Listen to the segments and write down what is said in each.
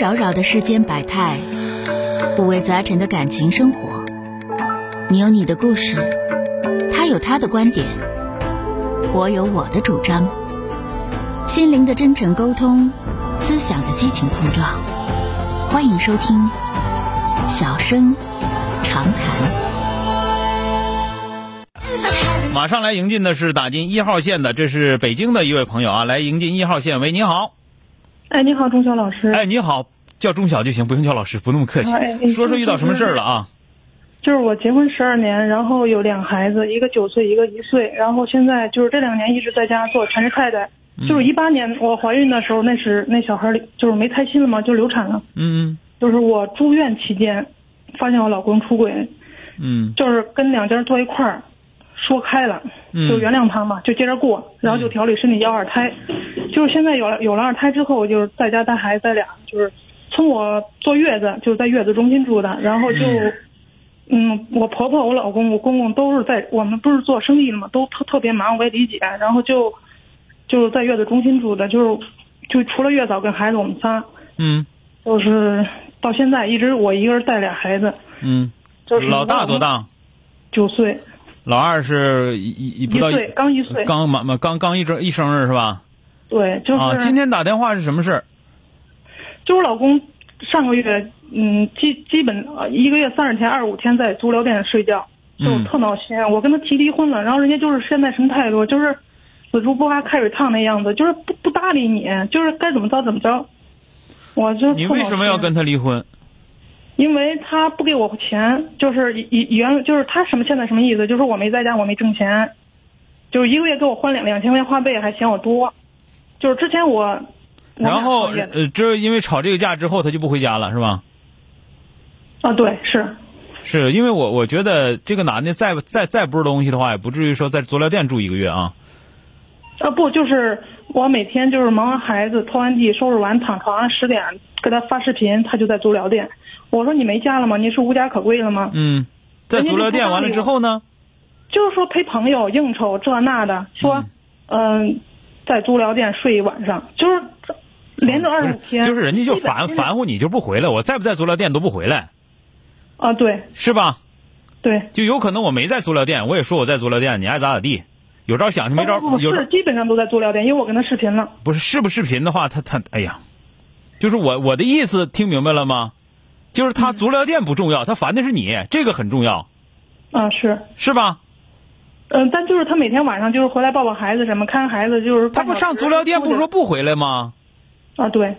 扰扰的世间百态，五味杂陈的感情生活。你有你的故事，他有他的观点，我有我的主张。心灵的真诚沟通，思想的激情碰撞。欢迎收听《小声长谈》。马上来迎进的是打进一号线的，这是北京的一位朋友啊，来迎进一号线。喂，你好，哎，你好，钟晓老师。哎，你好，叫钟晓就行，不用叫老师，不那么客气哎哎。说说遇到什么事儿了啊？就是我结婚十二年，然后有两个孩子，一个九岁，一个一岁。然后现在就是这两年一直在家做全职太太。就是一八年我怀孕的时候，那时那小孩儿就是没胎心了嘛，就流产了。嗯就是我住院期间，发现我老公出轨，嗯就是跟两家坐一块儿，说开了，嗯就原谅他嘛，就接着过，然后就调理身体要二胎。就是现在有了有了二胎之后，就是在家带孩子带俩，就是从我坐月子就是在月子中心住的，然后就。嗯，我婆婆、我老公、我公公都是在我们不是做生意的嘛，都特特别忙，我也理解。然后就就是在月子中心住的，就是就除了月嫂跟孩子，我们仨嗯就是到现在一直我一个人带俩孩子，嗯就是嗯，老大多？大？九岁，老二是一一一不一到岁，刚一岁。刚满满刚刚一整一生日是吧？对，就是、啊，今天打电话是什么事儿？就我老公上个月，嗯，基基本呃一个月三十天、二十五天在足疗店睡觉，就嗯特闹心。我跟他提离婚了，然后人家就是现在什么态度，就是死猪不怕开水烫那样子，就是不不搭理你，就是该怎么着怎么着。我就你特为恼什么要心跟他离婚？因为他不给我钱，就是以以原就是他什么现在什么意思？就是我没在家，我没挣钱，就是一个月给我换两两千块钱话费，还嫌我多。就是之前我，我俩然后创业的呃，这因为吵这个架之后，他就不回家了是吧？啊，对，是是因为我我觉得这个男的再再再不是东西的话，也不至于说在足疗店住一个月啊。啊，不就是我每天就是忙完孩子、拖完地、收拾完，躺床上十点给他发视频，他就在足疗店。我说你没家了吗？你是无家可归了吗？嗯，在人家足就疗不店搭完了理之我后呢？就是说陪朋友应酬这那的，说嗯、在足疗店睡一晚上，就是连着二不十五是天，就是人家就烦基本烦乎你就不回来，我在不在足疗店都不回来，啊，对是吧？对，就有可能我没在足疗店，我也说我在足疗店，你爱咋咋地，有招想去没招哦不不不有招是基本上都在足疗店，因为我跟他视频了，不是视不视频的话，他他哎呀，就是我我的意思听明白了吗？就是他足疗店不重要，他烦的是你，这个很重要，啊是。是吧？嗯，但就是他每天晚上就是回来抱抱孩子什么，看看孩子就是他半不小时。上足疗店不说不回来吗？啊？对，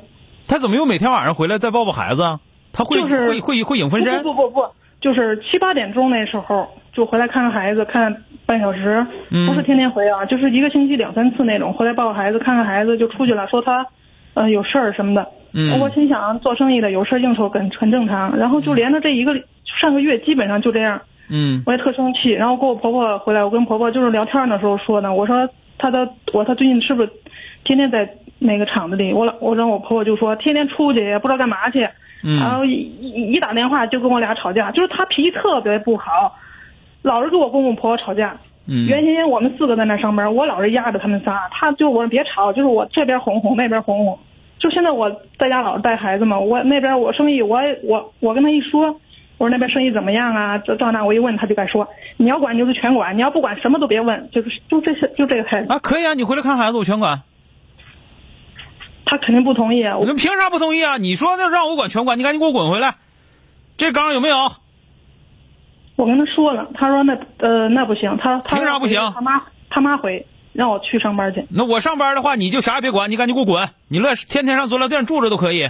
他怎么又每天晚上回来再抱抱孩子啊？他会、就是会会会影不分身？不不不不，就是七八点钟那时候就回来看看孩子，看半小时，嗯不是天天回啊，就是一个星期两三次那种，回来抱抱孩子，看看孩子就出去了，说他，呃，有事儿什么的。嗯我心想做生意的有事儿应酬很很正常，然后就连着这一个上个月基本上就这样，嗯我也特生气。然后跟我婆婆回来，我跟婆婆就是聊天的时候说呢，我说她的我她最近是不是天天在那个厂子里？我老我让我婆婆就说天天出去也不知道干嘛去，然嗯，后一一一打电话就跟我俩吵架，就是他脾气特别不好，老是跟我公公婆婆吵架。嗯原先我们四个在那上班，我老是压着他们仨，他就我说别吵，就是我这边哄哄，那边哄哄。就现在我在家老是带孩子嘛，我那边我生意，我也我我跟他一说，我说那边生意怎么样啊？这这那我一问他就该说，你要管你就是全管，你要不管什么都别问，就是就这些就这个态度。啊，可以啊，你回来看孩子，我全管。他肯定不同意，我你们凭啥不同意啊？你说那让我管全管，你赶紧给我滚回来！这缸有没有？我跟他说了，他说那呃那不行，他他凭啥不行他妈他妈回让我去上班去，那我上班的话，你就啥也别管，你赶紧给我滚！你乐天天上足疗店住着都可以。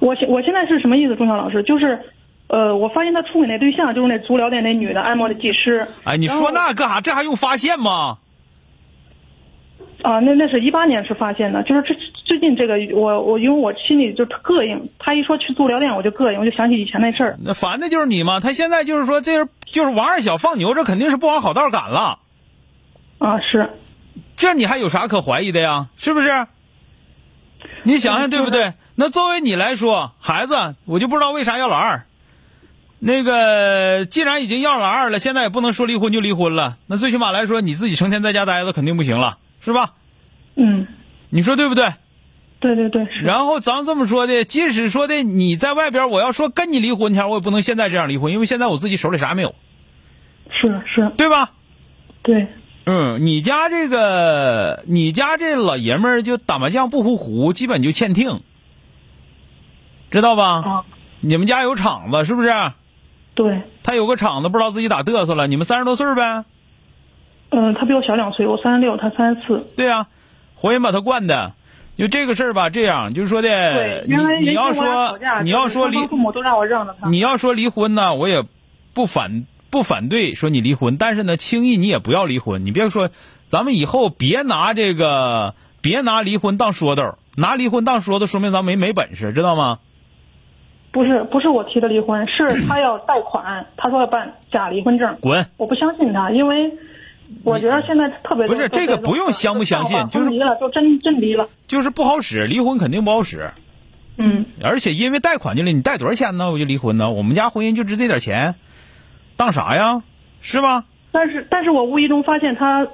我现我现在是什么意思，钟晓老师？就是，呃，我发现他出轨那对象就是那足疗店那女的按摩的技师哎，你说那干啥？这还用发现吗？啊、那那是一八年是发现的，就是这最近这个我我因为我心里就膈应，他一说去足疗店我就膈应，我就想起以前那事儿。那烦的就是你嘛！他现在就是说，这是就是王二小放牛，这肯定是不往好道赶了。啊，是，这你还有啥可怀疑的呀？是不是？你想想对不对？那作为你来说，孩子，我就不知道为啥要老二。那个，既然已经要老二了，现在也不能说离婚就离婚了。那最起码来说，你自己成天在家待着肯定不行了，是吧？嗯，你说对不对？对对对，是然后咱们这么说的，即使说的你在外边，我要说跟你离婚前，我也不能现在这样离婚，因为现在我自己手里啥也没有，是是，对吧？对，嗯，你家这个，你家这老爷们儿就打麻将不胡胡，基本就欠听，知道吧？啊，你们家有厂子是不是？对，他有个厂子，不知道自己打嘚瑟了。你们三十多岁儿呗？嗯、他比我小两岁，我三十六，他三十四。对呀、活人把他惯的。就这个事儿吧，这样就是说的，对，呃你原来你要原先我俩吵说架你要说离就是双方父母都让我让着他。你要说离婚呢，我也不反不反对说你离婚，但是呢，轻易你也不要离婚。你别说，咱们以后别拿这个，别拿离婚当说道儿，拿离婚当说道，说明咱没没本事，知道吗？不是不是我提的离 婚，是他要贷款，他说要办假离婚证，滚！我不相信他，因为我觉得现在特别多不是都这个种不用事儿相不就相信上网就是离了就真真离了，就是不好使，离婚肯定不好使，嗯，而且因为贷款去了，你贷多少钱呢？我就离婚呢？我们家婚姻就值这点钱，当啥呀？是吧？但是但是我无意中发现他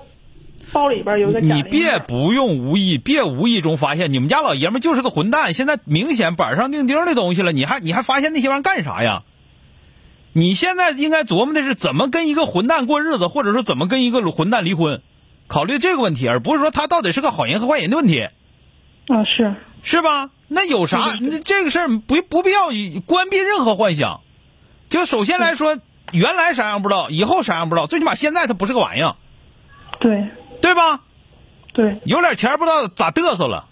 包里边有一个假你离婚别证不用无意，别无意中发现你们家老爷们儿就是个混蛋。现在明显板上钉钉的东西了，你还你还发现那些玩意儿干啥呀？你现在应该琢磨的是怎么跟一个混蛋过日子，或者说怎么跟一个混蛋离婚，考虑这个问题，而不是说他到底是个好人和坏人的问题，啊是是吧？那有啥？那这个事儿不不必要以关闭任何幻想。就首先来说，原来啥样不知道，以后啥样不知道，最起码现在他不是个玩意儿，对对吧？对有点钱儿不知道咋嘚瑟了，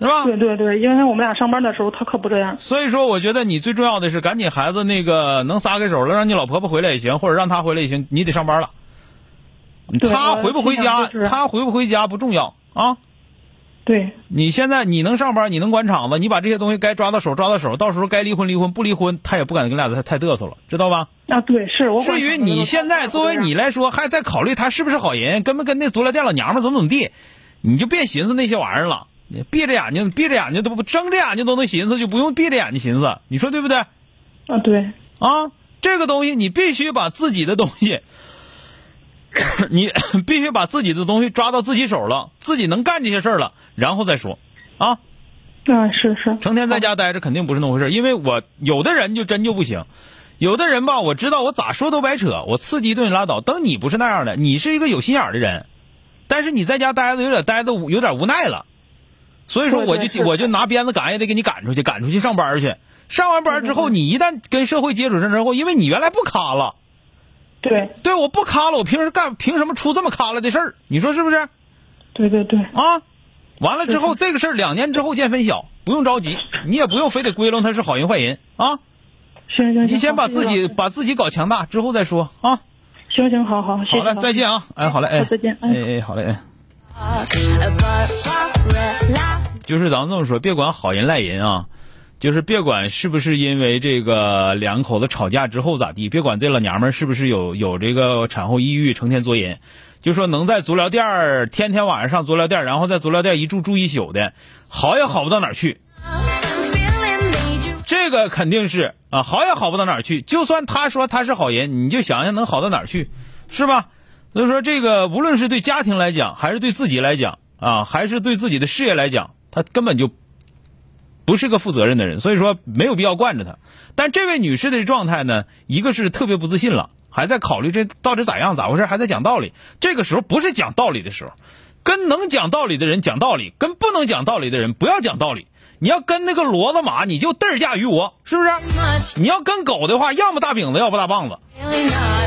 是吧？对对对，因为我们俩上班的时候他可不这样，所以说，我觉得你最重要的是赶紧孩子那个能撒开手了，让你老婆婆回来也行，或者让她回来也行，你得上班了。对她我回不回尽量家都是，她回不回家不重要啊。对你现在你能上班，你能管厂子，你把这些东西该抓到手抓到手，到时候该离婚离婚，不离婚她也不敢跟俩太太嘚瑟了，知道吧？啊对是我管至于他的你都现在他作为不这你样来说，还在考虑她是不是好人，跟没跟那足疗店老娘们怎么怎么地，你就别寻思那些玩意儿了。你闭着眼睛，闭着眼睛都不睁着眼睛都能寻思，就不用闭着眼睛寻思，你说对不对？啊对啊，这个东西你必须把自己的东西，你 必须把自己的东西抓到自己手了，自己能干这些事儿了，然后再说。啊，啊是是成天在家待着肯定不是那回事儿，因为我有的人就真就不行，有的人吧，我知道我咋说都白扯，我刺激一顿拉倒。等你不是那样的，你是一个有心眼儿的人，但是你在家待着有点待的有点无奈了，所以说对我对就是我就拿鞭子赶也得给你赶出去，赶出去上班去。上完班之后，你一旦跟社会接触上之后，因为你原来不卡了，对对，我不卡了，我平时干凭什么出这么卡了的事儿？你说是不是对对对啊？完了之后，这个事儿两年之后见分晓，不用着急，你也不用非得归拢他是好人坏人啊。行行行你先把自己好把自己搞强大，之后再说啊。行行好好谢好谢了，好再见啊！哎，好嘞，哎，好再见哎嗯哎，好嘞，哎。 about Barbara Love. 就是咱们这么说，别管好人赖人啊，就是别管是不是因为这个两口子吵架之后咋地，别管这老娘们儿是不是有有这个产后抑郁，成天作淫，就说能在足疗店儿天天晚上上足疗店儿，然后在足疗店儿一住住一宿的，好也好不到哪儿去。 I'm feeling need you. 这个肯定是啊，好也好不到哪儿去。就算他说他是好人，你就想想能好到哪儿去，是吧？所以说，这个无论是对家庭来讲，还是对自己来讲啊，还是对自己的事业来讲，他根本就不是个负责任的人。所以说，没有必要惯着他。但这位女士的状态呢，一个是特别不自信了，还在考虑这到底咋样咋回事，还在讲道理。这个时候不是讲道理的时候，跟能讲道理的人讲道理，跟不能讲道理的人不要讲道理。你要跟那个骡子马，你就对儿驾于我，是不是？ Much 你要跟狗的话，要么大饼子，要不大棒子。 feeling high.